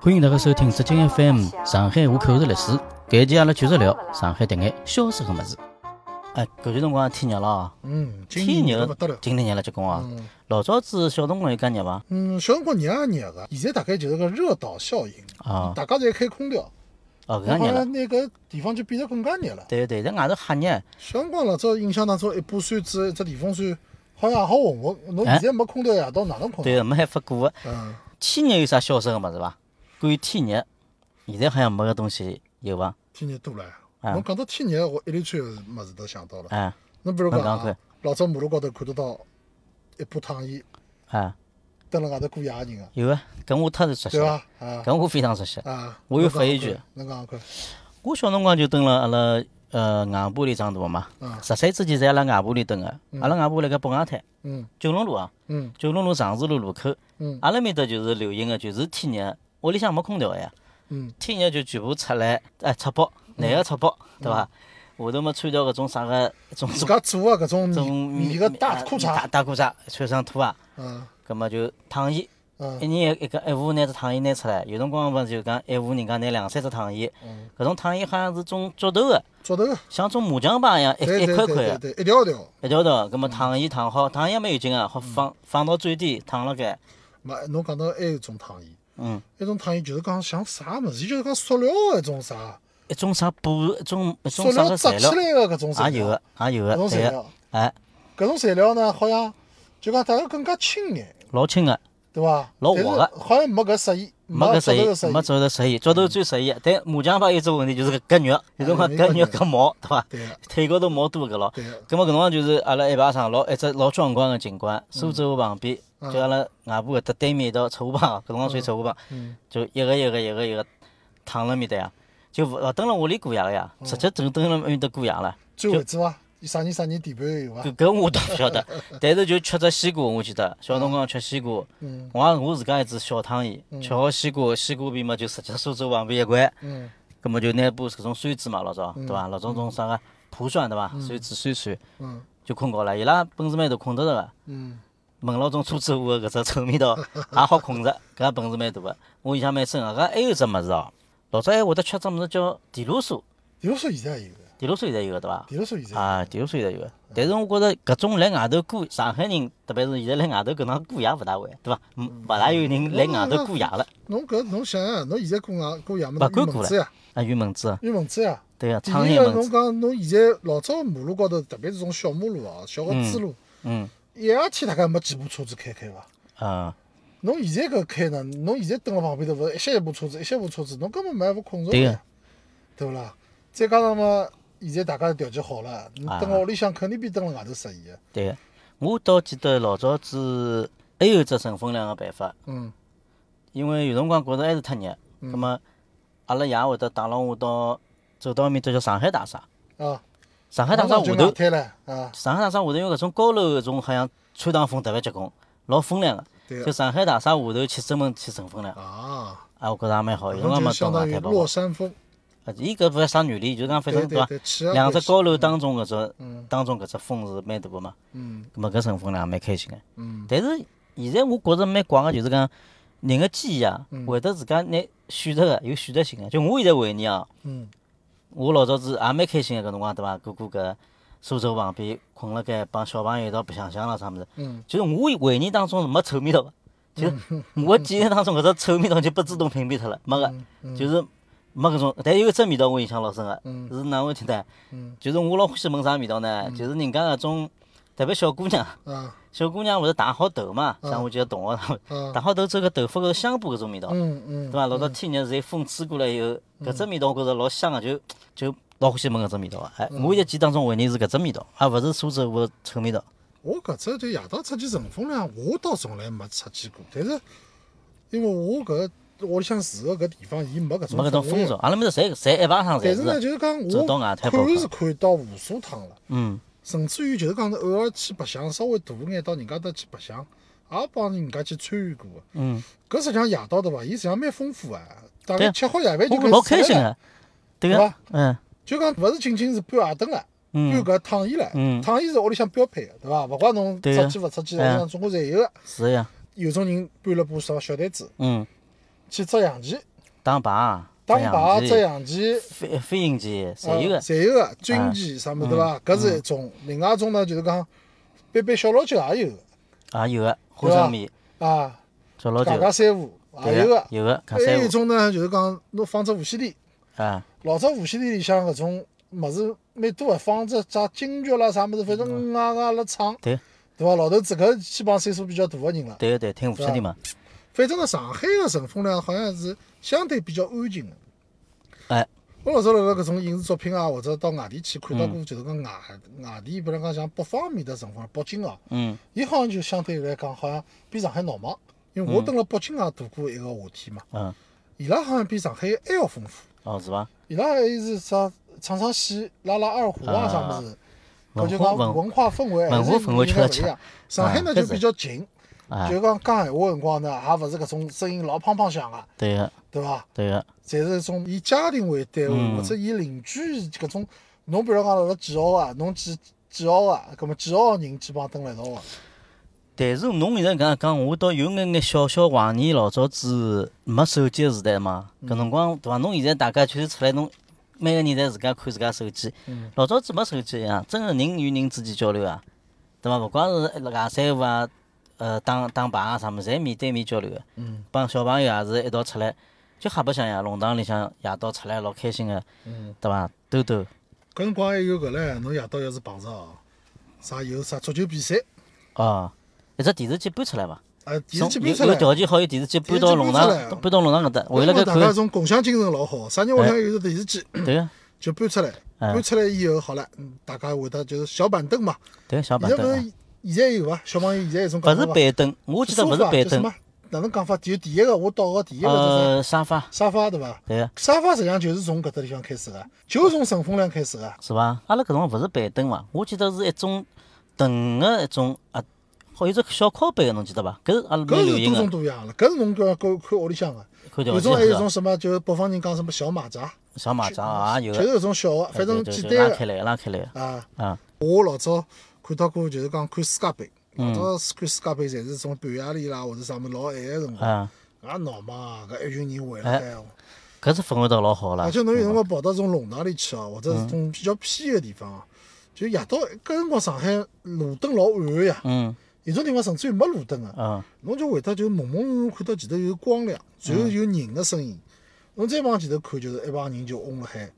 欢迎大家收听浙江 FM《上海户口的历史》。搿一期阿拉继续聊上海迭眼消失个物事。哎，搿段辰光也天热了啊，嗯，今天热热得不得了。今天热了结棍啊。嗯老早子小辰光有介热伐？嗯，小辰光热也热个，现在大概就是个热岛效应，啊，大家侪开空调，哦，搿样好热了。像那个地方就变得更加热了。对对，在外头吓热，小辰光老早印象当中，一把扇子，一只电风扇，好像也好混混。侬哎现在没空调，夜到哪能困？对，没办法过个。啊嗯，天热有啥消失个物事伐？关于天热，现在好像没个东西有伐？天热多了。啊侬讲到天热，我一连串物事都想到了。哎侬比如讲侬讲啊看，老早马路高头看得到一把烫衣哎，蹲辣外头过夜个人个，有啊，搿我特是熟悉对的，伐？啊搿我非常熟悉。啊！我又侬讲发一讲句看，侬讲讲看，我小辰光就蹲辣阿拉呃外婆里长大嘛，嗯十岁之前在阿拉外婆里蹲个，阿拉外婆辣盖北外滩嗯九龙路啊，嗯九龙路长治路路口，嗯阿拉面搭就是流行个，就是天热，屋里向没空调个呀，嗯天热就全部出来，哎，赤膊，男个赤膊，对伐？下头么穿条搿种啥 个，种自种家做嗯个搿种种棉棉个大裤啊大衩，大裤衩，穿上拖鞋，啊嗯葛么就烫衣，一嗯年一个一户拿只烫衣拿出来，有辰光嘛就讲一户人家拿两三只烫衣，嗯，搿种烫衣好像是种竹头个，做头个，像种麻将牌一样，一对一对块对块对个。对，一条条。一条道，葛末烫衣烫好，烫衣也蛮有劲啊嗯个，好放放到最低烫辣盖，嘛，侬讲到还有一种烫衣，嗯，一种烫衣就是讲像啥物事，伊就是讲塑料个一种啥，一种啥布，一种一塑种啥料个扎材起料，来个搿种材也料有，个，啊也有搿个，种材对个，料，哎，搿种材料呢，好像就讲大家更加轻眼，老轻个，对伐？老但是滑个好像没搿适意，没搿石头个适适意，意没，竹头适意，竹头最适意。但麻将牌有只问题就是搿肉，有辰光哎搿没肉肉搿毛，对伐？对个腿高头毛多搿老。对个，葛末搿辰光就是阿拉一排上老一只老壮观个景观，苏州河旁边，嗯就阿拉外婆搿搭对面一道车河浜，搿辰光算车河浜，嗯就一个一个一个一个躺辣面搭呀，就勿勿蹲辣屋里过夜个呀，嗯直接就蹲辣面搭过夜了。最位置伐？伊啥人啥人地盘有伐？搿搿我倒勿晓 得，但是就吃只西瓜，我记得小辰光吃西瓜，嗯我也我自家一只小汤圆，吃好西瓜，西瓜皮嘛就直接苏州旁边一掼，嗯葛末就拿把搿种扇子嘛，老早对伐？老早种啥个蒲扇对伐？扇子扇扇嗯就困觉了，伊拉本事蛮大，困得着个。嗯，门老种车子下的搿只臭味道也好困着，搿也本事蛮大个，我印象蛮深个。搿还有只物事哦，老早还会得吃只物事叫电炉酥，地罗说现在也有个，电炉酥现在有个对伐？地罗说现在有啊，电炉酥现在有个，但是我觉着搿种来外头过，上海人特别是现在来外头搿能过夜勿大会，对伐？嗯勿大有人来外头过夜了，侬搿侬想啊，侬现在过夜过夜勿么？敢蚊过子呀，啊，有蚊子啊，有蚊子呀。对个，第苍一蝇个蚊侬子，讲侬现在老早马路高头，特别是种小马路哦，小个支路，嗯一夜天大概没几部车子开开伐？啊，侬现在搿开呢，侬现在蹲辣旁边头，勿是一歇一部车子，一歇一部车子，侬根本没办法困着对啊呀个，对勿啦？再加上嘛，现在大家条件好了，侬啊蹲辣屋里向肯定比蹲辣外头适宜个。对个。我倒记得老早子还有只乘风凉个办法，嗯因为有辰光觉着还是太热，葛么阿拉爷会得带牢我到走到埃面搭叫上海大厦，啊，上海大厦马下上就外头，滩了啊，上海大厦下头有搿种高楼搿种好像穿堂风特别结棍，老风凉对个。个就上海大厦下头去专门去乘风凉，啊，啊，我觉着也蛮好，有辰光就嘛相到外当于滩跑落跑。山风，啊伊搿勿晓得啥原理，就讲反对正对啊伐？对，嗯气压两只关系，高楼当中搿只当中搿只风是蛮大个嘛，嗯葛末搿乘风凉也蛮开心个。嗯但是现在我觉着蛮怪个，就是讲人个记忆啊，嗯会得自家拿选择个，有选择性个。就我现在回忆啊，嗯我老早子也蛮开心个搿辰光对伐？过过搿苏州旁边困辣盖，帮小朋友一道白相相啦啥物事。嗯就是我回忆当中是没臭味道个，就是我记忆当中搿只臭味道就被自动屏蔽嗯脱了，没个，就是没搿种。但有一只味道我印象老深个，是哪回事呢？嗯就是我老欢喜闻啥味道呢？就是人家搿种特别小姑娘。啊小姑娘勿是汏好头嘛，像我记得同学他们嗯汏好头之后，搿头发搿香布搿种味道，嗯嗯对。伐？老早天热侪风吹过来以后，搿只味道我觉着老香个，就就老欢喜闻搿只味道啊。哎，嗯我现在记忆当中回忆是搿只味道，而勿是苏州个臭味道。我搿只就夜到出去乘风凉，我倒从来没出去过。但是因为我搿屋里向住个搿地方，伊没搿种没搿种氛围风俗，。阿拉面搭侪侪一排上但侪是呢，是。就是讲走到我外滩看包括是看到无数趟了，嗯，甚至于就是讲是偶尔去白相，稍微大一眼到人家搭去白相，也帮人家去参与过。嗯，搿实际上夜到对伐？伊实际上蛮丰富啊，大对概啊吃好夜哎饭就我觉开始老开吃心啊了个，对个对伐，嗯就讲勿是仅仅是半夜灯了。嗯半，搿烫衣了嗯，烫衣是屋里向标配个，对伐？勿管侬对啊出去勿出去，屋里哎向总归侪有个。是个呀，有种人搬了把啥小台子，嗯去捉洋钿、打靶、打靶、捉这样洋钿。飞飞行棋，啊侪有个。哎嗯侪有个，军旗啥么对伐？搿是一种，另外一种呢就是讲背背小老酒也有啊，有个花生米、个，啊，小老酒家，家三胡也对有个个，，哎有个卡还塞有一舞种呢就是讲侬放只无线电，啊，老早无线电里向搿种物事蛮多个，放只啥京剧啦啥物事，反正嗯啊啊辣唱，对对伐？老头子搿基本上岁数比较大个人了，对个对，听无线的嘛，反正呢上海个陈风呢好像是相对比较安静个。哎，我老早辣辣搿种影视作品啊，或者到外地去嗯看到过，就是讲外外地，比如讲像北方面的情况，北京啊，嗯伊好像就相对来讲，好像比上海闹忙。因为我蹲辣北京也度过一个夏天嘛，嗯，伊拉好像比上海还要丰富。哦是伐？伊拉还是啥唱唱戏、拉拉二胡啊啊啥物事，搿就文讲化文文化氛围还文是化氛围应确实该勿一强样。上海呢啊就搿是比较近，啊，就讲讲闲话辰光呢，也勿是搿种声音老胖胖响个，对个对伐？对个，侪是种以家庭为单位，嗯或者以邻居搿种，侬比如讲辣辣几号啊，侬几几号啊，搿么几号人基本上蹲辣一道啊个，但是侬现在讲讲，我倒有眼眼小小怀念老早子没手机个时代嘛。嗯搿辰光对伐？侬现在大家就是出来，侬每个人侪自家看自家手机。嗯老早子没手机呀，真个人与人之间交流啊，对伐？勿光是外三胡啊，呃，打打牌啊啥物事，侪面对面交流个。嗯帮小朋友也是一道出来，就瞎白相呀，弄堂里向夜到出来老开心个，嗯，对伐？兜兜搿辰光还有搿嘞，侬夜到要是碰着哦，啥有啥足球比赛，啊，一只电视机搬出来伐？呃，电从视机有搬出有来，条件好，有电视机搬到弄电视机搬出堂，来搬到弄堂搿搭，为了搿辰光搿大家看，种共享精神老好，啥人屋里向有只电视机对啊个，就搬出来，哎搬出来以后好了，嗯大家会得就是小板凳嘛，对个小现板在凳勿啊，是现在有伐？小朋友现在有种勿讲是法伐？板凳，我记得勿是沙发板叫什么凳，哪能讲法？就第一个我到个第一个啊就是呃，沙发，沙发对伐？对个，啊沙发实际上就是从搿搭地方开始个，就是从乘风量开始个。是伐？阿拉搿辰光勿是板凳伐？我记得是一种藤个一种啊，好有只小靠背个，侬记得伐？搿是阿拉搿蛮流是行多种个，多样了，搿是侬搿看看屋里向个，看条有件种还有是一种伐？什么，就是北方人讲什么小马扎，小马扎啊也有就个是，有种小个，反正就简就单拉开个来，拉开来个啊。啊，我老早看到过，就是讲看世界杯，嗯老早看世界杯，侪是从半夜里啦或者啥物事老晚个辰光，啊，哎也闹嘛，搿一群人围辣盖哦。搿只氛围倒老好啦。而且侬有辰光跑到种弄堂里去哦，或嗯者是种比较偏个地方哦，就夜到搿辰光上海路灯老暗个呀，嗯有种地方甚至于没路灯个。嗯侬就会得就朦朦胧胧看到前头有光亮，然后有人的声音，侬再往前头看，就是一帮人就嗡辣海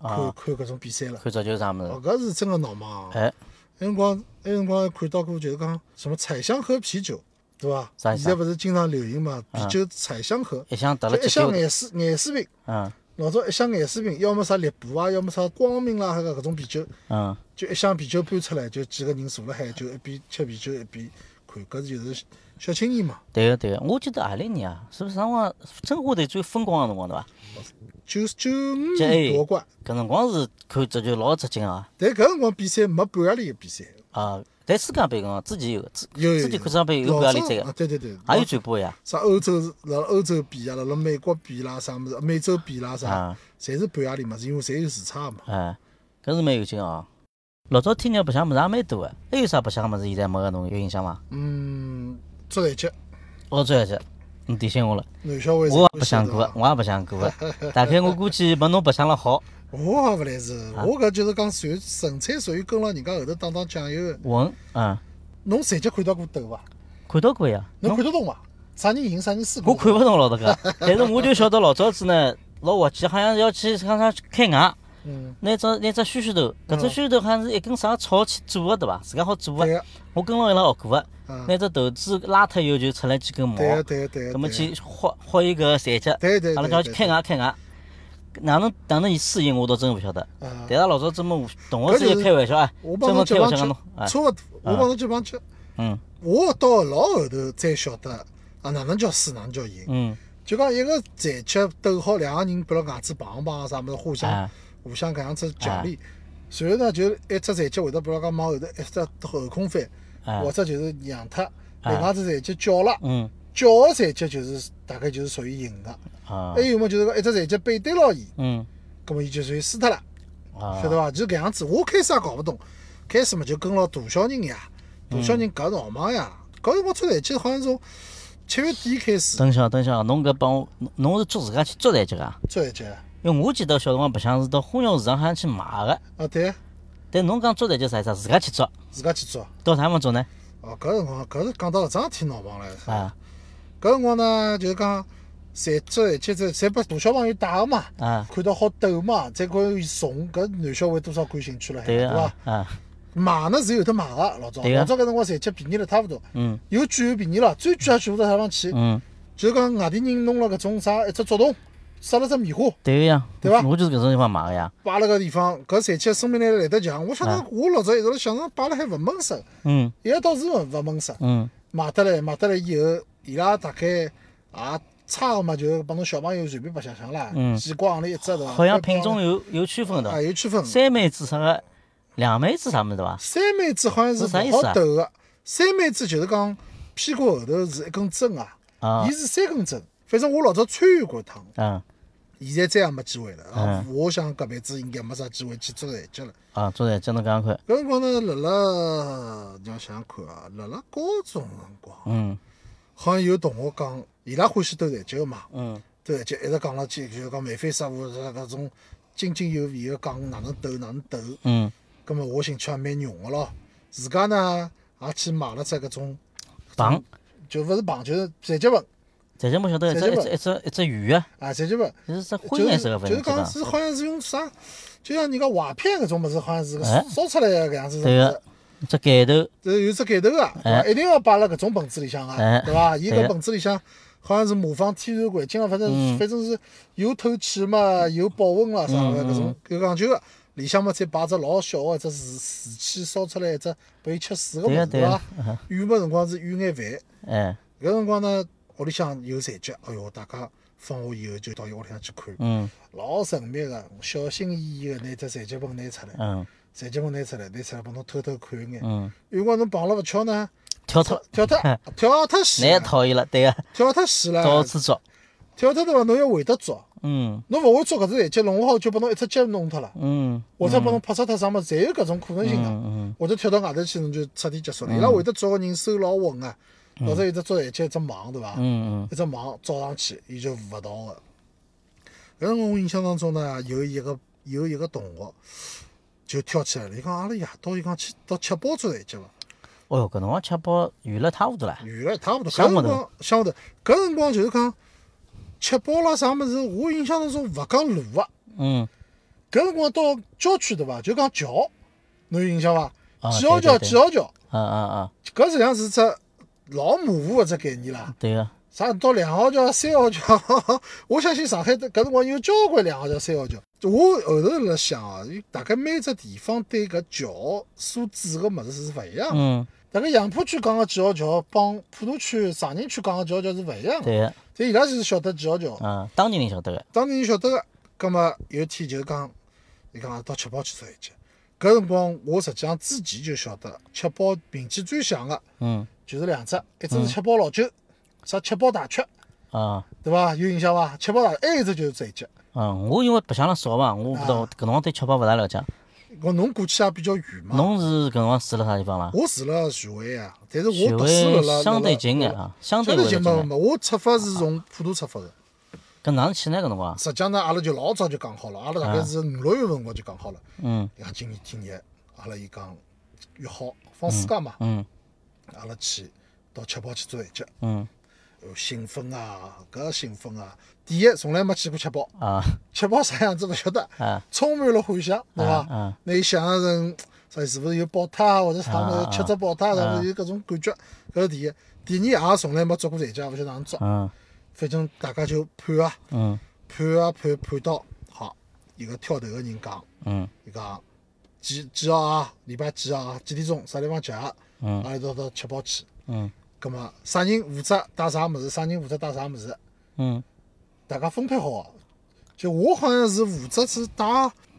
看啊嗯看搿种比赛了。看足球啥物哦事，，搿是真个闹忙啊！哎，那辰光，那辰光看到过就是讲什么彩香盒啤酒，对伐？啥意现思啊在勿是经常流行嘛，啤酒彩香盒，嗯一箱得了就一几丢箱，眼丝眼丝瓶，嗯老早一箱眼丝瓶，要么啥力宝啊，要么啥光明啦，搿搿种啤酒，嗯，就一箱啤酒搬出来，就几个人坐辣海，就一边吃啤酒一边看，搿就是小青年嘛，对啊个对个，我记得何里年啊，是不是啥辰光申花队最风光个辰光对伐？九九五这哎年嗯夺冠。搿辰光是看足球老扎劲啊但搿辰光比赛没半夜里有比赛，啊！但世界杯搿辰光之前有，之有有之前看世界杯有老半夜里早这啊个，对对对，也有转播呀，啥欧洲辣辣欧洲比啊，辣辣美国比啦啥物事，美洲比啦啥啊，侪是半夜里嘛，是因为侪有时差嘛。哎，搿是蛮有劲啊。老早天热白相物事也蛮多个，还有啥白相物事现在没个侬有印象伐？嗯，足台脚，哦，最后一只，你提醒我了，男小孩我也侪白相过会个，我也白相过个，大概我估计没侬白相了好。晓得的我也勿来事，啊我搿就是讲属于纯粹属于跟牢人家后头打打酱油的。混啊，侬随脚看到过斗伐？看到过呀。侬看得懂伐？啥人赢啥人输？我看不懂老这个，但是我就晓得老早子呢，老滑稽，好像要去像啥开外，嗯，拿只拿只须须头，搿只须须头好像是一根啥草去做个对伐？自家好做对个，个，我跟牢伊拉学过个嗯，拿只头子拉脱以后就出来几根毛，对个，对个，啊对个。葛末对去画画一个散脚，对对对阿拉讲去对开外开外，啊哪能哪能伊输赢我倒真勿晓得。个啊但是老早这么同学搿之就是间开玩笑啊，我帮专侬门接开玩棒笑讲球侬，啊，差勿多，我帮侬接棒球。嗯我到老后头才晓得啊，哪能叫输，哪能叫赢。嗯就讲一个残局斗好，两个人比如牙齿碰碰啊啥么子，互相啊互相搿样子奖励。哎随后呢，就一只残局会得比如讲往后头一只后空翻，啊或者就是让脱，另外一只残局叫了，哎嗯叫个残局就是大概就是属于赢个。啊还有么就是讲一只残局背对牢伊，嗯葛么伊就属于输脱了。啊晓得伐？就搿样子，我开始也搞勿懂，开嗯始嘛就跟牢大小人呀，大小人搿闹忙呀，搿辰光出台去好像从七月底开始等一下，等一下，侬搿帮我，侬侬是做自家去做台阶啊？做一节因为我记得小辰光白相是到花鸟市场好像去买个，啊，对，但侬讲做台阶啥意思啊？自家去做，自家去做。到啥地方做呢？哦，搿辰光搿是讲到搿桩事体闹忙了。啊搿辰光呢，就是讲，侪这一切侪侪拨大小朋友带个嘛，啊，看到好斗嘛，再看伊怂，搿男小孩多少感兴趣了，对对个伐啊？啊，买呢是有得买个，老早对啊老早搿辰光侪级便宜了差勿多，嗯有贵有便宜了，最贵也贵勿到啥地方去。嗯，就是讲外地人弄了搿种啥一只竹筒，塞了只棉花，对个呀，对伐我就是搿种地方买个呀，摆了个地方，搿赚钱生命力来得强。我想啊着我老早一直辣想着摆了海勿闷死，嗯一个倒是勿勿闷死。嗯买得来买得来以后，伊拉大概也差个嘛，就帮侬小朋友随便白相相啦嗯，几几挂行钿一只对伐？好像品种有有区分啊的，有区分，三妹子啥个，两妹子啥么子对伐？三妹子好像是是啥意勿思啊好斗个，三妹子就是讲屁股后头是一根针啊，啊伊是三根针。反正我老早参与过一趟，嗯现在再也没机会了。啊嗯我想搿辈子应该没啥机会去做台阶了。啊，做台阶侬讲讲看，搿辰光呢，辣辣你要想想看啊，辣辣高中辰光，啊嗯好像有同学讲，伊拉欢喜斗台阶个嘛，嗯斗台阶一直讲了去，就是讲眉飞色舞，啥搿种津津有味个讲哪能斗哪能斗。嗯，葛末啊我兴趣也蛮浓个咯，自家呢也去买了只搿种，棒，就勿是棒，就是台阶棒台阶没晓得一只一只一只一只鱼啊，啊，台阶棒。就是只灰就颜是色个，反就正是讲伐？是好像是用啥，就像人家瓦片搿种物事，好像是个哎烧出来个搿样子，对个，只盖头，这有只盖头个，对哎伐？一定要摆辣搿种盆子里向哎啊，对伐？伊对搿盆子里向好像是模仿天然环境啊，反嗯正反正是有透气嘛，有保温啊啦啥个嗯搿种有讲究个。啊里向嘛，再摆只老小个，只瓷瓷器烧出来一只，拨伊吃水个物对个事，对啊嗯对个伐？远么辰光是远眼饭，哎，搿辰光呢，屋里向有残疾，哎哟，大家放学以后就到伊屋里向去看，嗯老神秘个，小心翼翼个拿只残疾盆拿出来，嗯残疾盆拿出来，拿出来拨侬偷偷看一眼。嗯，有辰光侬碰了勿巧呢，跳脱了，跳脱 啊跳脱那也线了，讨厌了，对个，跳脱线了，到处抓，跳脱对伐？侬要会得抓，嗯侬勿会抓搿只台阶，弄好就把侬一只脚弄脱了，嗯或者把侬拍死脱啥物事，侪有搿种可能性嗯个。嗯，或者跳到外头去，侬就彻底结束了。伊拉会得抓个人手老稳个，或者有只抓台阶一只网对伐？嗯嗯嗯一只网罩上去，伊就扶勿到个。搿辰光我印象当中呢，有一个有一个同学就跳起来了，伊讲阿拉夜到伊讲去到吃包子台阶伐？哦哟，搿辰光吃饱娱乐差勿多了，女的差勿多。想搿不辰到光想勿到，搿辰光就是讲吃饱了啥物事，我印象当中勿讲路啊。嗯搿辰光到郊区对伐？就讲桥，侬有印象伐？啊几号对对桥？对几号桥？啊啊啊，搿实际上是只老模糊个只概念啦。对个，啥到两号桥、三号桥， 我相信上海搿辰光有交关两号桥、三号桥。我后头辣想啊，大概每只地方对搿桥所指个物事是勿一样的。嗯大概杨浦区讲个几号桥，帮普陀区、长宁区讲个几号桥是勿一样个。对个，但伊拉就是晓得几号桥，啊，当地人晓得个，当地人晓得个。葛末有一天就是讲，伊讲到吃饱去做一节。搿辰光我实际上之前就晓得，吃饱名气最响个嗯就是两只，一只是吃饱老酒，啥吃饱大曲，啊。对伐？有印象伐？吃饱大，还有一只就是这一节。嗯，我因为白相了少嘛，我不知道搿辰光对吃饱勿大了解。搿侬过去也比较远嘛。侬是搿辰光住辣啥地方啦？我住辣徐汇啊，但是徐我读书汇辣辣相对近眼，啊，相相对会近近嘛眼。嘛。我出发是从普陀出发个。搿哪能去呢？搿辰光？实际上呢，阿拉就老早就讲好了，阿拉大概是五六月份辰光就讲好了。嗯伊讲今年天热，阿拉伊讲约好放暑假嘛，嗯阿拉去到七宝去做一节。嗯哦，兴奋啊，搿兴奋啊！第一，从来没去过七宝，啊七宝啥样子勿晓得，啊充满了幻想，对啊伐？啊！那伊想象成啥是勿是有宝塔啊或者啥啊物啊事，吃只宝塔啥啊物事有搿种感觉，搿是第一。第二，也从来没做过台阶，也勿晓得哪能做，嗯反正大家就盼啊嗯盼啊盼，盼到好有个跳头个人讲。嗯伊讲几几号啊，礼拜几号啊，几点钟啥地方吃啊，嗯阿拉一道到吃饱去。嗯葛末啥人负责带啥物事，啥人负责带啥物事，嗯大家分配好啊。就我好像是负责是带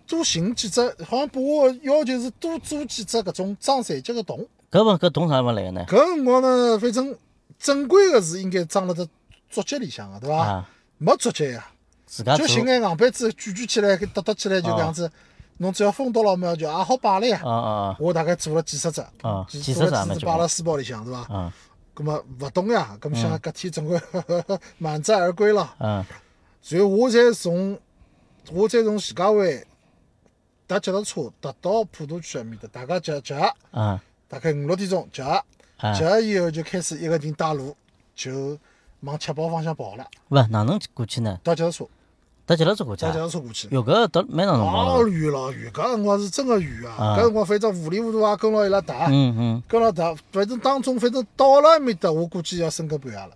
多寻几只，好像把我要求是多做几只搿种装残疾个洞。搿勿搿懂啥勿来个呢？搿辰光呢，反正正规个是应该装辣只竹节里向个，对伐？啊，没竹节呀，自家就做寻。眼硬板子卷卷起来，搭搭起来就搿样子。侬只要封到了嘛，就也好摆了呀。啊啊啊我大概做了几十只啊，几几十做只了嘛就几只摆辣书包里向是伐？啊！葛么勿懂呀，葛么想搿天总归 满载而归了。嗯然后我才从我才从徐家汇搭脚踏车搭到普陀区埃面搭，大家集合集合，嗯大概五六点钟集合，集嗯，合以后就开始一个人带路，就往七宝方向跑了，勿哪能过去呢？搭脚踏车，搭脚踏车过去搭啊脚？踏车过去。哟，搿搭蛮长辰光老了。远老远，搿辰光是真个远啊！啊搿辰光反正糊里糊涂也跟牢伊拉打，嗯嗯，跟牢打，反正当中反正到了埃面搭，我估计要深更半夜了。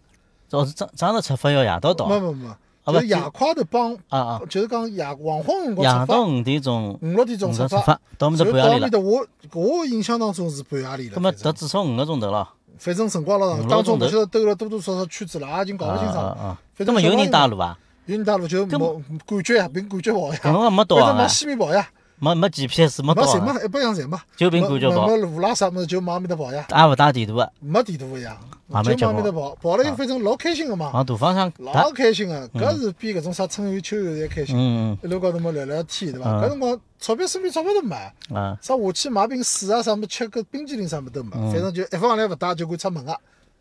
哦，是早早上出发要夜到到没没没，啊就不是夜快头帮，啊啊，就是讲夜黄昏夜辰光出到发，五点钟，五六五点钟点出出发。发，到然么子后到半夜埃里了面。搭，我我印象当中是半夜里了。葛么反啊得正至少五个钟头了。反正辰光浪五长，六当中钟勿头晓得兜了多多少少圈子了，也已经搞啊勿清啊爽了。啊！反葛正么有小朋人友带路伐？有人带路就嗯根没感觉呀，凭感觉跑呀，搿辰光没到 反正啊往，西面跑呀，没没 GPS 没没到什啊，么一般样侪没，就没凭感觉跑没，路啦啥么子就往埃面搭跑呀。也勿带地图个，没地图一样，啊没啊就结往面棍头跑，跑了又反正老开心个嘛，往大方向搭老。开心个，搿是比搿种啥春游秋游侪开心。嗯一路高头么聊聊天，对伐？嗯搿辰光钞票身边钞票都没，嗯啊啥下去买瓶水啊，啥么吃个冰淇淋啥么都没，嗯反正就一放来勿带就敢出门个，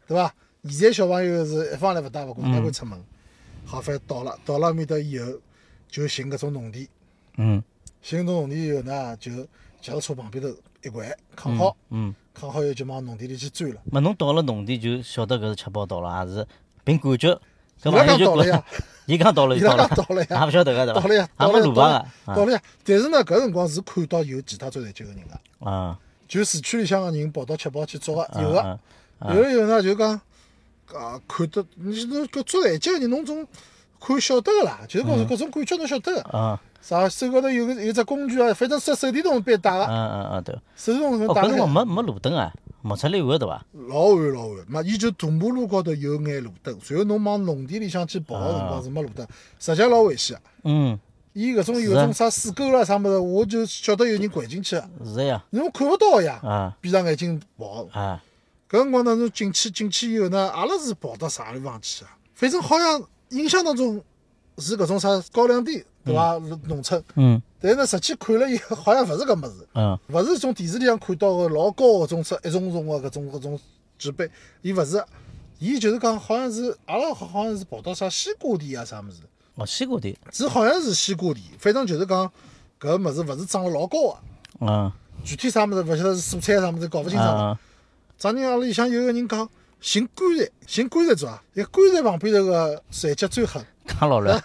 对伐？现在小朋友是一放来勿带勿敢，嗯勿敢出门。好，反正到了，到了埃面搭以后，就寻搿种农田，嗯寻搿种农田以后呢，就脚踏车旁边头一掼扛好，嗯，扛好以后就往农田里去钻了。么侬到了农田就晓得搿是吃饱到了，还是凭感觉？搿伊拉朋友讲啊就到过了 呀来，，伊讲到了伊就拉了讲，啊到了也呀勿，晓得个对伐？到了呀，也到没啊了呀，路到牌了个呀，到了呀。但是呢，搿辰光是看到有其他州台酒个人个，啊啊就市区里向个人跑到七宝去捉个啊有个，有的有呢就讲，啊，看到你侬搿捉台酒个人，侬总看晓得个啦，就嗯是讲搿种感觉侬晓得个，啊啥手高头有个有只工具啊，反正手手电筒是必带啊个，啊啊对。手电筒是哦，带搿辰个光，没没路灯啊，木出来晚对伐？老晚老晚，嘛，伊就大马路高头有眼路灯，随后侬往农田里向去跑个辰光是没路灯，实际上老危险个。嗯，伊搿种有是啊种啥水沟啦啥物事，我就晓得有人掼进去了，是的呀，侬看勿到呀，啊闭上眼睛跑。啊搿辰光呢，侬进去进去以后呢，阿拉是跑到啥地方去啊？反正好像印象当中是搿种啥高粱地，对伐？农村，嗯但是呢，实际看了以后好像勿是搿物事，嗯勿是从电视里向看到个老高个种啥一丛丛个搿种搿种植被，伊勿是，伊就是讲好像是阿拉好像是跑到啥西瓜地啊啥物事。哦，西瓜地，是好像是西瓜田，反正就是讲搿物事勿是长了老高个、啊嗯具体啥物事勿晓得是蔬菜啥物事搞勿清啊爽。啊昨天阿拉里向有个人讲寻棺材，寻棺材做啊，一个棺材旁边头个残疾最黑，卡老 了，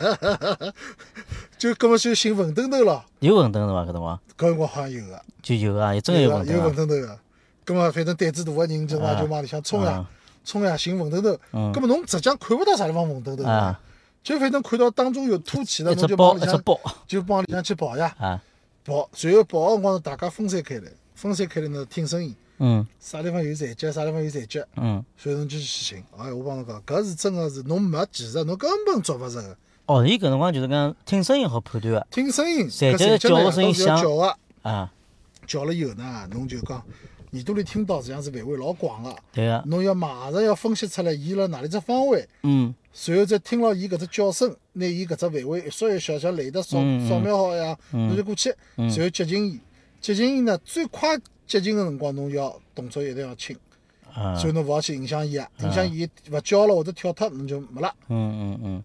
就搿么就寻馄饨头咯，有馄饨是伐？搿辰光搿辰光好像有个，就有啊，也真个有个馄有馄饨啊，饨头个，搿么反正胆子大个人就嘛啊就往里向冲呀啊冲呀寻馄饨头，嗯搿么侬实际上看勿到啥地方馄饨头啊，就反正看到当中有凸起的，一侬只就包往一里只向 包就往里向去跑呀。啊，跑，随后跑个辰光呢，大家分散开来，分散开来呢，听声音，嗯啥地方有残疾，啥地方有残疾，嗯，所以侬就去寻。哎，我帮侬讲，搿是真个是侬没技术，侬根本抓勿着个。哦，伊搿辰光就是讲听声音好判断个听声音，残搿疾残疾叫呢个声音都是要响叫个，啊，叫了以后呢，侬就讲耳朵里听到实际上是范围老广个，对个，侬要马上要分析出来伊辣哪里只方位，嗯随后再听牢伊搿只叫声，拿伊搿只范围一缩一小，像雷达扫嗯嗯扫描好一样，侬就过去，嗯随后接近伊，接近伊呢，最快接近个辰光，侬要动作一定要轻，啊，所以侬勿要去影响伊啊，影响伊勿叫了或者跳脱，侬就没了。嗯嗯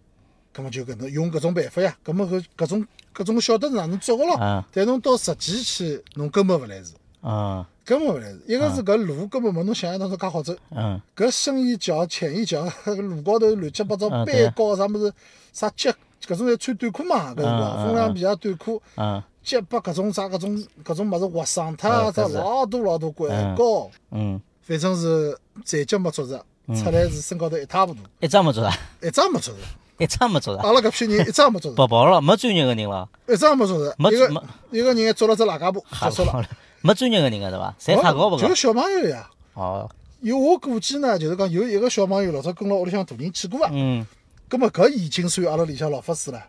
葛末就搿能用搿种办法呀，葛末搿搿种搿种晓得是哪能做个咯，啊但侬到实际去，侬根本勿来事，嗯啊根本勿来事。一个是搿路根本没侬想象当中介好走，嗯搿深一脚、浅一脚， 路高头乱七八糟啊对斑高啥物事，啥脚搿种侪穿短裤嘛，搿辰啊啊光风凉皮啊、短裤，啊脚把搿种啥搿种搿种物事划伤脱啊，啊啥搿是老多老多拐嗯高，嗯，反正是残疾没捉着，出来是身高头一塌糊涂，一张没做啦，一张 没捉着。一张没做啦， 阿拉搿批人一张没捉着，跑跑了，没专业个人了，一张没捉着，没一没个一个人还捉了只拉家布，吓结束了。哦跑了，没专业个人个对伐？侪太高勿就个是，小朋友呀，哦，有我估计呢，就是讲有一个小朋友老早跟牢屋里向大人去过啊，嗯葛末搿已经算阿拉里向老法师了。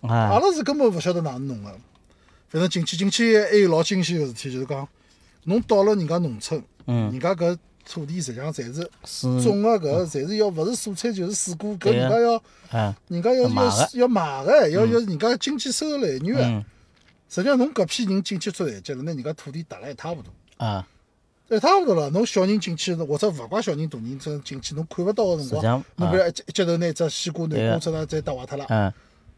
阿啊拉是根本勿晓得哪能弄个，反正进去进去还有老惊喜个事体，就是讲，侬到了人家农村，嗯人家搿土地实际上侪是是种个搿，侪是要勿是蔬菜就是水果，搿对人呀家要啊人家要要买要的要买个，要要人家经济收入来源个。嗯实际上侬搿批人进去做残疾了，拿人家土地打了一塌糊涂。啊一趟勿了，侬小人进去，或者勿怪小人大人真进去，侬看勿到个辰实际光，上，侬比嗯如一一接头拿只西瓜、对啊嗯南个瓜出来再打坏脱了，嗯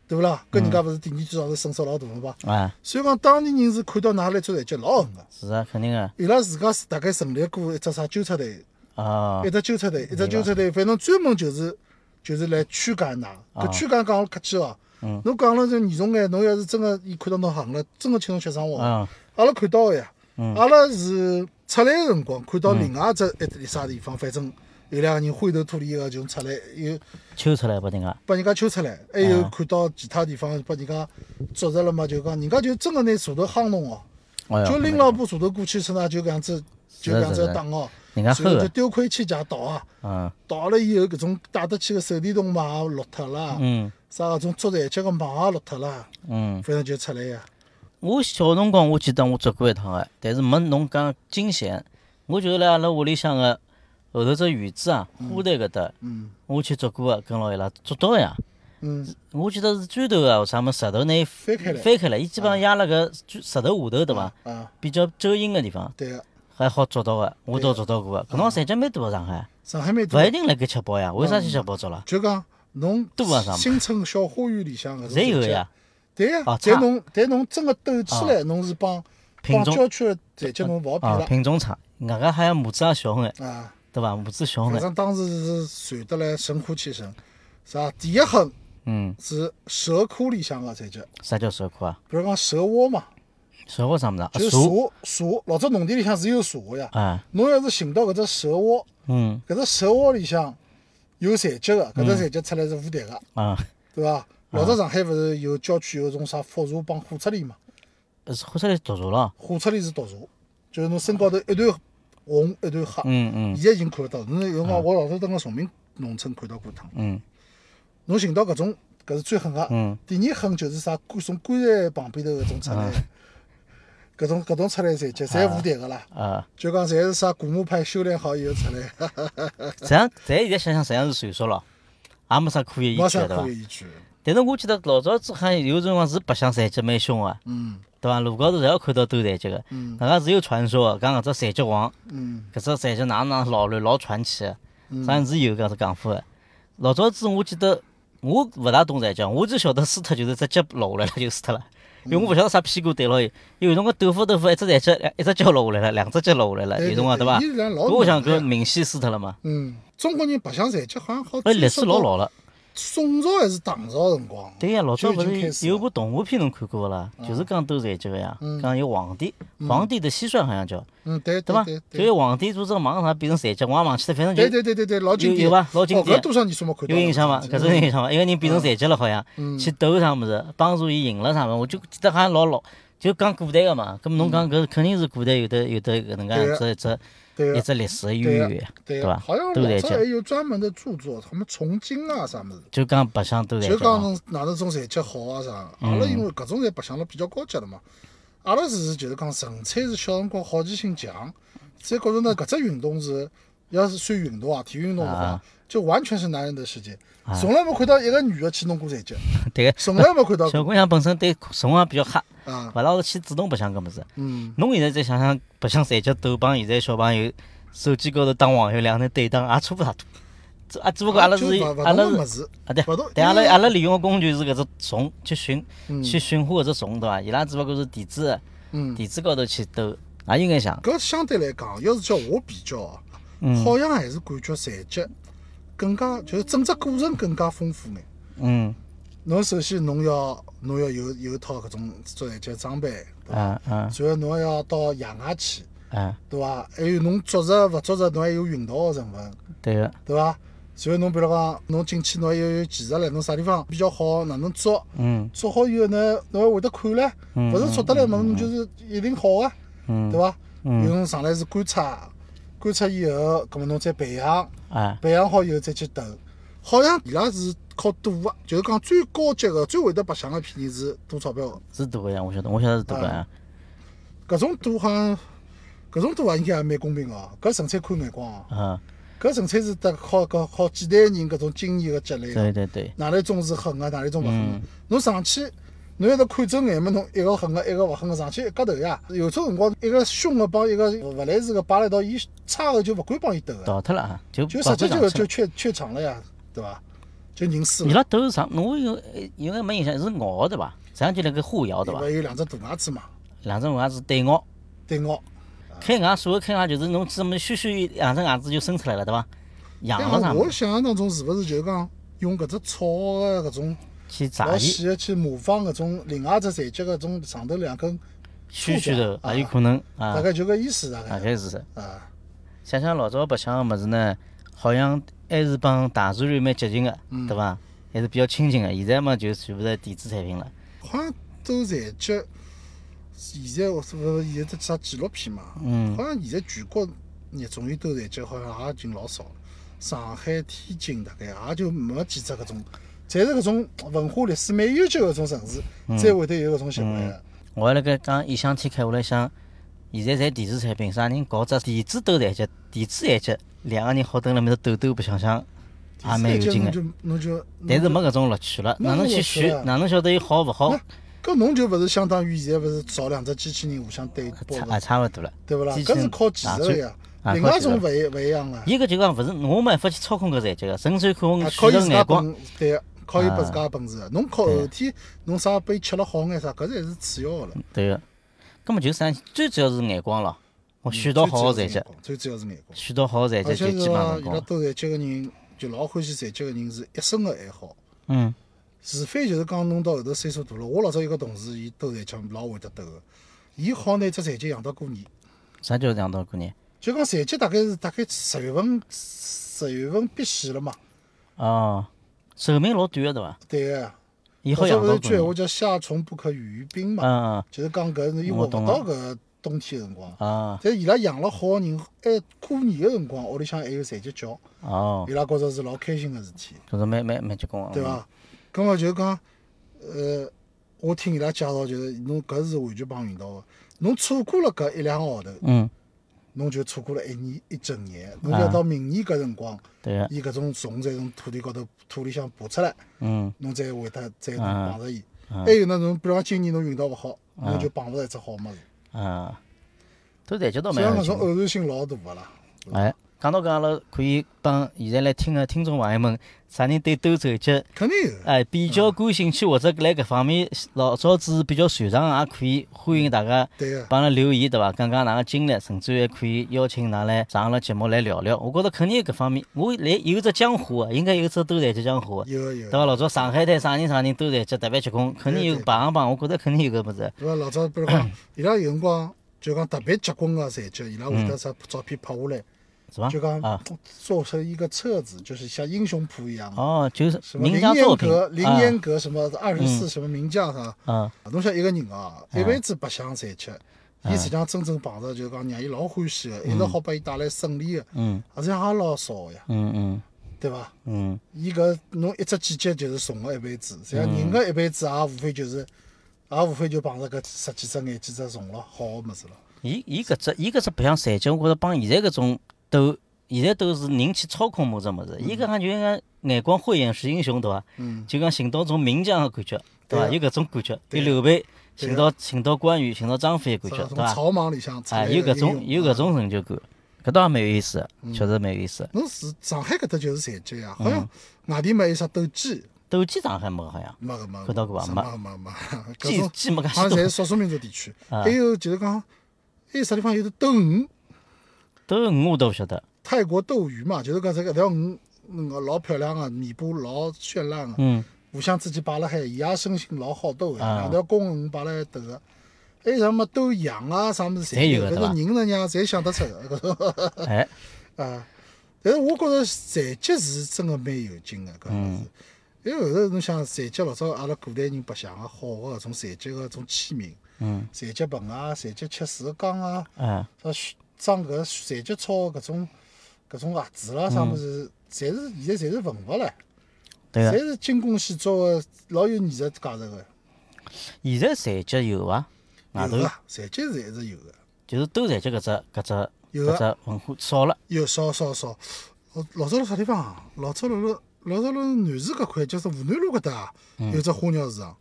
对勿啦？搿人家勿是第二天早上损失老大个伐？啊，所以讲，当地人是看到㑚来做台阶老狠个，是啊，肯定啊，伊拉自家是大概成立过一只啥纠察队，啊一，只纠察队，一只纠察队，反正专门就是就是来驱赶㑚。啊搿驱赶讲了客气哦嗯，侬讲了就严重眼，侬要是真个伊看到侬行了，真个请侬吃生活。嗯阿拉看到个呀，嗯阿拉是出来个辰光看到另外一只一点啥地方，反正有两个人灰头土脸个就出来，有揪出来拨人家，把人家揪出来，还有啊看到其他地方把人家捉着了嘛，就讲人家就真个拿锄头夯侬哦，哎哟就拎了部锄头过去是呢，就搿样子，就搿样子打哦，人家然厚后就个，丢盔弃甲倒啊，嗯倒了以后搿种带得去个手电筒嘛也落脱啦，嗯啥搿种捉台脚个网也落脱啦，嗯。反正就出来啊呀，我小辰光我记得我捉过一趟个，但是没侬讲惊险。我就是辣阿拉屋里向个后头只院子啊，花坛搿搭，嗯我去捉过个，跟牢伊拉捉到个呀。嗯，我记得是砖头啊，啥么石头拿伊翻开来翻开来，伊基本上压辣搿砖石头下头对伐？啊，比较遮阴个地方，对啊个，还好捉到个，我倒捉到过个。搿辰光残疾蛮多个上海，上海蛮多勿一。定辣盖吃饱呀，为啥去吃饱捉啦？就讲侬多啊啥么新村小花园里向搿种侪有台个阶呀，，对呀啊，但差侬但侬真个斗起来，侬是帮品帮种郊区个台阶侬勿好比啊，了品种差，外加还要母子也小眼，啊。对伐？母子小反眼，正当时是传得来神乎其神，啥第一狠嗯，是蛇窟里向个啊台阶，啥叫蛇窟啊？比如讲蛇窝嘛，蛇窟啥物事啊？啊就是蛇蛇蛇，老早农田里向是有蛇个呀。啊，侬要是寻到搿只蛇窝，嗯搿只蛇窝里向有台阶个，搿只台阶出来是舞台个。啊，对伐？老早上海勿是有郊区有种啥福茶帮火车里嘛？是火车里堵住了。火车里是毒茶，就是侬身高头一段红一段黑。嗯嗯现在已经看得到，侬有辰光我老早蹲辣崇明农村看到过一趟。嗯侬寻到搿种搿是最狠个，嗯，第二狠就是啥棺从棺材旁边头搿种出来，搿种搿种出来侪就侪无台个啦， 啊，就讲侪是啥古墓派修炼好以后出来，实际上，咱现在想想，实际上是传说了，也没啥科学依没据啥的，对可伐？以去。但是我记得老早子好像有辰光是白相残疾蛮凶个，嗯对伐？路高头侪要看到斗残疾个，嗯大家是有传说个，讲搿只残疾王，嗯搿只残疾哪能老乱老传奇个，实际嗯，上是有搿只讲法个。老早子我记得我勿大懂残疾，我只晓得输脱就是只脚落下来了就输脱了。嗯因为我勿晓得啥屁股对牢伊，因为有辰光抖发抖发，一只残疾，一只脚落下来了，两只脚落下来了，有辰光对伐？伊是讲老搿我想难搿的呀明显输脱了嘛，嗯，中国人白相残疾好像好哎，追溯到。历史老老了。宋朝还是唐朝的辰光？对呀，老早就已勿经开始是了啊有部动画片侬看过勿啦？就是讲斗残疾个呀，讲有皇帝，皇帝的蟋蟀好像叫，嗯，对对伐？嗯对就有皇帝做这个忙啥变成残疾，我也忘记了，反正对就对对对对，老经有典有吧老经典哦搿多少年数没看到嗯有了？印象伐？真搿的种有印象伐？一个人变成残疾了，好像去斗啥物事，帮助伊赢了啥物事，我就记得好像老老。就讲古代个嘛，搿么侬讲搿肯定是古代有的有的搿能介嗯对一只呀一只对一个只历史的渊对呀源，对对个伐？好像斗老残早还疾有专门的著作，什么从经啊啥物事，就讲白相斗残就疾讲嘛，侬哪能种残疾好啊啥。阿嗯拉因为搿种侪白相了比较高级了嘛，阿拉是就是讲纯粹是小辰光好奇心强，再觉着呢搿只运动是要是算运动啊，体育运动的话啊，就完全是男人的世界，从来没看到一个女的去弄过残疾， 对个。从来没看到 小过姑娘本身对辰光比较黑，啊，勿老是去主动白相搿物事。嗯。侬现在再想想，白相残疾斗帮现在小朋友手机高头打网游两个人对打也差不大多。只啊，只不过阿拉就是勿勿阿拉同的物是事，啊对勿同，但阿因为拉阿拉利用个工具是搿只虫去驯嗯去驯化搿只虫对伐？伊拉只不过是电子嗯，电子高头去斗，也应该像搿相对来讲，要是叫我比较啊，好像还是感觉残疾更加就是整只过程更加丰富眼。嗯侬首先侬要侬要有有一套搿种做残疾装备，对伐？啊啊然后侬要到野外去，啊，对伐？还有侬捉着勿捉着，侬还有运动个成分，对个，对伐？然后侬比如讲，侬进去侬还要有技术唻，侬啥地方比较好，哪能捉？嗯做好以后呢，侬还会得看唻，嗯勿是做得来嘛，侬就是一定好啊，嗯对伐？嗯有辰上来是观察，观察以后，葛末侬再培养，啊培养好以后再去斗。好像伊拉是靠赌个，就是讲最高级个、最会得白相个批人是赌钞票是赌个呀，我晓得，我晓得是赌个呀，个。搿种赌好像，搿种赌啊应该也蛮公平个哦，搿纯粹看眼光哦，啊，搿纯粹是得靠靠靠几代人搿种经验个积累哦。啊对对对，哪里种是狠个，哪里种勿狠个嗯。侬上去，侬一直看走眼嘛，侬一个狠个，一个勿狠个，上去一夹头呀。有种辰光，一个凶个帮一个勿来事个摆辣一道，伊差个就勿敢帮伊斗个，倒脱了啊，就就跑直不接上就去就怯怯场了呀，对伐？就认输伊了。拉斗是啥？侬有有个没印象是咬对伐？实际上就那个互咬对伐勿？有两只大牙齿嘛，两只牙齿对啊咬，对咬。开牙所谓开牙就是侬这么咻咻两只牙齿就伸出来了对伐？养但了啥哎啊我想象当中是勿是就是讲用搿只草个搿种去炸老伊细个去模仿搿种另外一只残疾搿种上头两根，咻咻头，啊也有可能大啊，概就搿意思大大概概是。啊。想想老早白相个物事呢，好像还是帮大自然蛮接近个，嗯对伐？还是比较亲近个。现在嘛，就全部是电子产品了。好像都残疾，现在我是勿是有只啥纪录片嘛？嗯好像现在全国热衷于斗残疾，好像也已经老少了。上海、天津大概也就没几只搿种，侪是搿种文化历史蛮悠久的搿种城市，嗯才会得有搿种习惯的。我还辣盖讲异想天开，我辣想，现在侪电子产品，啥人搞只电子斗台阶、电子台阶，两个人好蹲辣面头斗斗白相相，也蛮嗯啊有劲侬个。就侬就，但是没搿种乐趣了，没哪能搿种去乐趣选了？哪能晓得伊好勿好？搿侬就勿是相当于现在勿是找两只机器人互相对搏差嘛也，差勿多了。对勿啦？机器人搿是靠技术个呀啊，另靠外一技术种勿一勿一样个，伊搿就讲勿是我没办法去操控搿台阶个，纯粹看我啊靠选择伊自家嗯眼光。本对个，靠伊啊自家的本事个。侬靠后天侬啥被吃了好眼啥，搿才是次要个了。对个，根本就是啥，最主要是眼光了。我选到嗯最好个主残要是疾眼，光，最主要是眼光。选到好个而残疾且就是基本上成讲伊功拉了。都残疾个人，就老欢喜残疾个人是一生个爱好。嗯，除非就是讲侬到后头岁数大了，我老早有个同事，伊斗残疾老会得斗个，伊好拿只残疾养到过年。啥叫两道过年？就讲残疾大概是大概十月份，十月份必死了嘛，哦，寿命老短个对伐？对个。伊好养勿是到有句闲过年。话叫“夏虫不可语于冰”嘛，嗯就是讲搿是伊活我勿懂到搿冬天的辰光。啊但伊拉养了好个人，哎，过年个辰光屋里向还有残疾叫，哦伊，拉觉着是老开心个事体，搿是蛮蛮蛮结棍个。嗯？对伐？葛末就讲，呃，我听伊拉介绍，就是侬搿是完全帮运道个，侬错过了搿一两个号头，嗯，侬侬就错过了一年一整年，侬啊要到明年搿辰光，对个，伊搿种虫才从土地高头土里向爬出来。嗯侬才会得再能啊碰着伊。啊还有呢，侬比如讲今年侬运道勿好，啊侬就碰勿着一只好物事。啊，都台阶倒所蛮以有搿劲种的。偶然性老大个啦。哎，讲到搿，阿拉可以帮现在来听个听众朋友们，啥人对斗走脚肯定有，哎，比嗯较感兴趣或者来搿方面老早子比较擅长，也可以欢迎大家对啊个，帮阿拉留言，对伐？讲讲㑚个经历，甚至还可以邀请㑚来上阿拉节目来聊聊。我觉着肯定有搿方面，我来有只江湖啊，应该有只斗台级江湖啊，有个有对个。伐？老早上海滩啥人啥人斗台级特别结棍，肯定有对对排行榜，我觉着肯定有搿物事。对伐？老早比 如讲，伊拉有辰光就讲特别结棍个残疾，伊拉会得啥照片拍下来，是伐就？讲嗯啊，做成一个册子，就是像英雄谱一样的。哦，就是什么名凌家作烟品阁、凌啊嗯烟阁什么二十四什么名将啥，啊，侬想一个人啊，嗯一辈子白相残疾，伊实际上真正碰着就是讲让伊老欢喜个，一直好拨伊带来胜利个，嗯实际上也老少个呀，嗯嗯对伐？嗯，伊搿侬一只季节就是重个一辈子，实际上人个一辈子也无非就是，也无非就碰着搿十几只眼几只重了好个物事了。伊伊搿只伊搿只白相残疾，我觉着帮现在搿种都现在都是人去操控某只物事，伊搿讲就应该眼光慧眼识英雄，对伐？嗯，就讲寻到种名将的感觉，对伐？对啊有搿种感觉，对有啊刘备，对寻啊到寻到关羽，寻到张飞的感觉，对啥从伐？草莽里向出哎，来有个搿种英有雄搿。种成就感，搿倒也蛮有意思的，嗯确实蛮有意思的。侬是上海搿搭就是残疾呀，好嗯像外地没有啥斗鸡，斗鸡上海没个好像，没个没个，看到过伐没个没个没个，搿鸡种 鸡没介许好像侪多是。少数民族地区。 啊还有就是讲，还有啥地方有的斗鱼，斗鱼我都勿晓得，泰国斗鱼嘛，就是讲这个条鱼，那个嗯老漂亮个，尾巴老绚烂个，嗯，互相之间摆辣海，伊也生性老好斗个，啊两条公鱼摆辣海斗个。还有什么斗羊啊，啥物事侪有个搿对种伐人能让侪想得出个， 搿种哎，啊。但是我觉着残疾是真个蛮有劲个搿嗯物事。因为后头侬想残疾老早阿拉古代人白相个好啊个搿种残疾个搿种器皿，嗯，残疾盆啊，残疾吃水个缸啊，啊，啥虚装搿残疾草搿种搿种盒子嗯啦啥物事，侪是现在侪是文物唻，对啊侪个，是精工细作个，老有艺术价值个。现在残疾有伐？外头有啊，残疾是一直有个，就是斗残疾搿只搿只有搿啊只文化少了，有少少少。老老早辣啥地方啊？老早辣辣老早辣南市搿块，叫做湖南路搿搭啊，有只花鸟市场。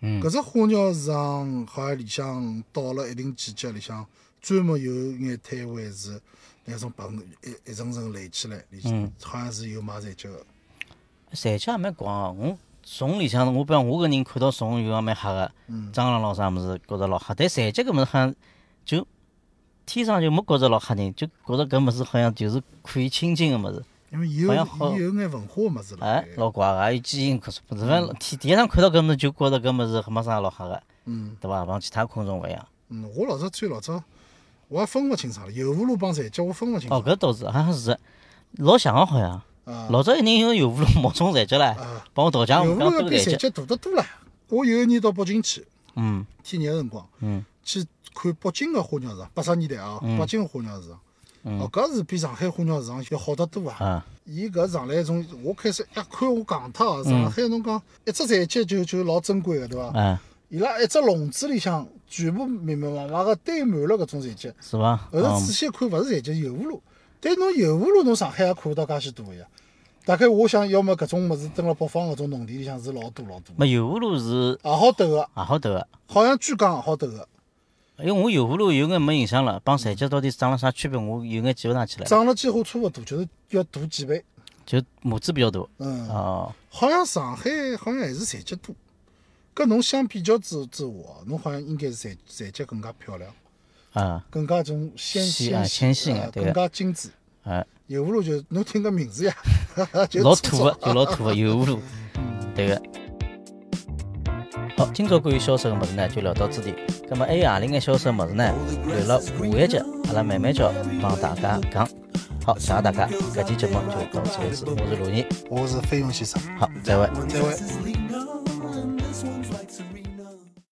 嗯搿只花鸟市场好像里向到了一定季节里向，专门有眼摊位是那种棚一一层层垒起来，里嗯好像是有卖菜脚个。侪叫也蛮广哦。我虫里向，我比方我搿人看到虫有也蛮吓个，嗯蟑螂咯啥物事觉着老吓，但侪脚搿物事好像就天上就没觉着老吓人，就觉着搿物事好像就是可以亲近个物事，因为伊有好像好伊有眼文化个物事了哎，，老怪个，还有基因可是不是，反正天天上看到搿物事就觉着搿物事没啥老吓个，嗯对伐？帮其他昆虫勿一样。嗯，我老早最老早我还分勿清爽了，油葫芦帮菜脚我分勿清哦，爽搿倒是好像是老像个好像。嗯啊。老早一人用油葫芦冒充菜脚唻啊，帮我道油讲，我葫讲芦要都比是菜菜脚。脚大得多了。我有一年到北京去，嗯天热个辰光，嗯去看北京个花鸟市场，八十年代啊，北京个花鸟市场，嗯哦，搿是比上海花鸟市场要好得多啊。啊，伊搿上来一种，我开始一看我戆脱啊，上海侬讲一只菜鸡就就老珍贵个，对伐？嗯哎，伊拉一只笼子里向全部密密麻麻个堆满了搿种菜鸡，是伐？后头仔嗯细看勿是菜鸡，油葫芦。但侬油葫芦侬上海也看勿到介许多个呀。大概我想要么搿种物事蹲辣北方搿种农田里向是老多老多的，没油葫芦是也好斗个，也好斗个，好像据讲也好斗啊个。因为我油葫芦有眼没印象了，帮菜脚到底长了啥区别，我有眼记勿上去了，长了几乎差不多，就是要大几倍。就拇指比较大。嗯，哦，好像上海好像还是残疾多。跟侬相比较之之下，侬好像应该是残残疾更加漂亮，啊，更加种纤细啊纤纤细啊啊对更加精致。哎，油葫芦就侬听个名字呀， 就老粗土啊糙个，就老土个油葫芦， 对个。好，今朝关于销售个物事呢，就聊到这里。那么还有何里眼销售物事呢？留了下一集，阿拉慢慢叫帮大家讲。好，谢谢大家，搿期节目就到此为止。我是陆毅，我是费用先生，好，再会。再会。 Sleep.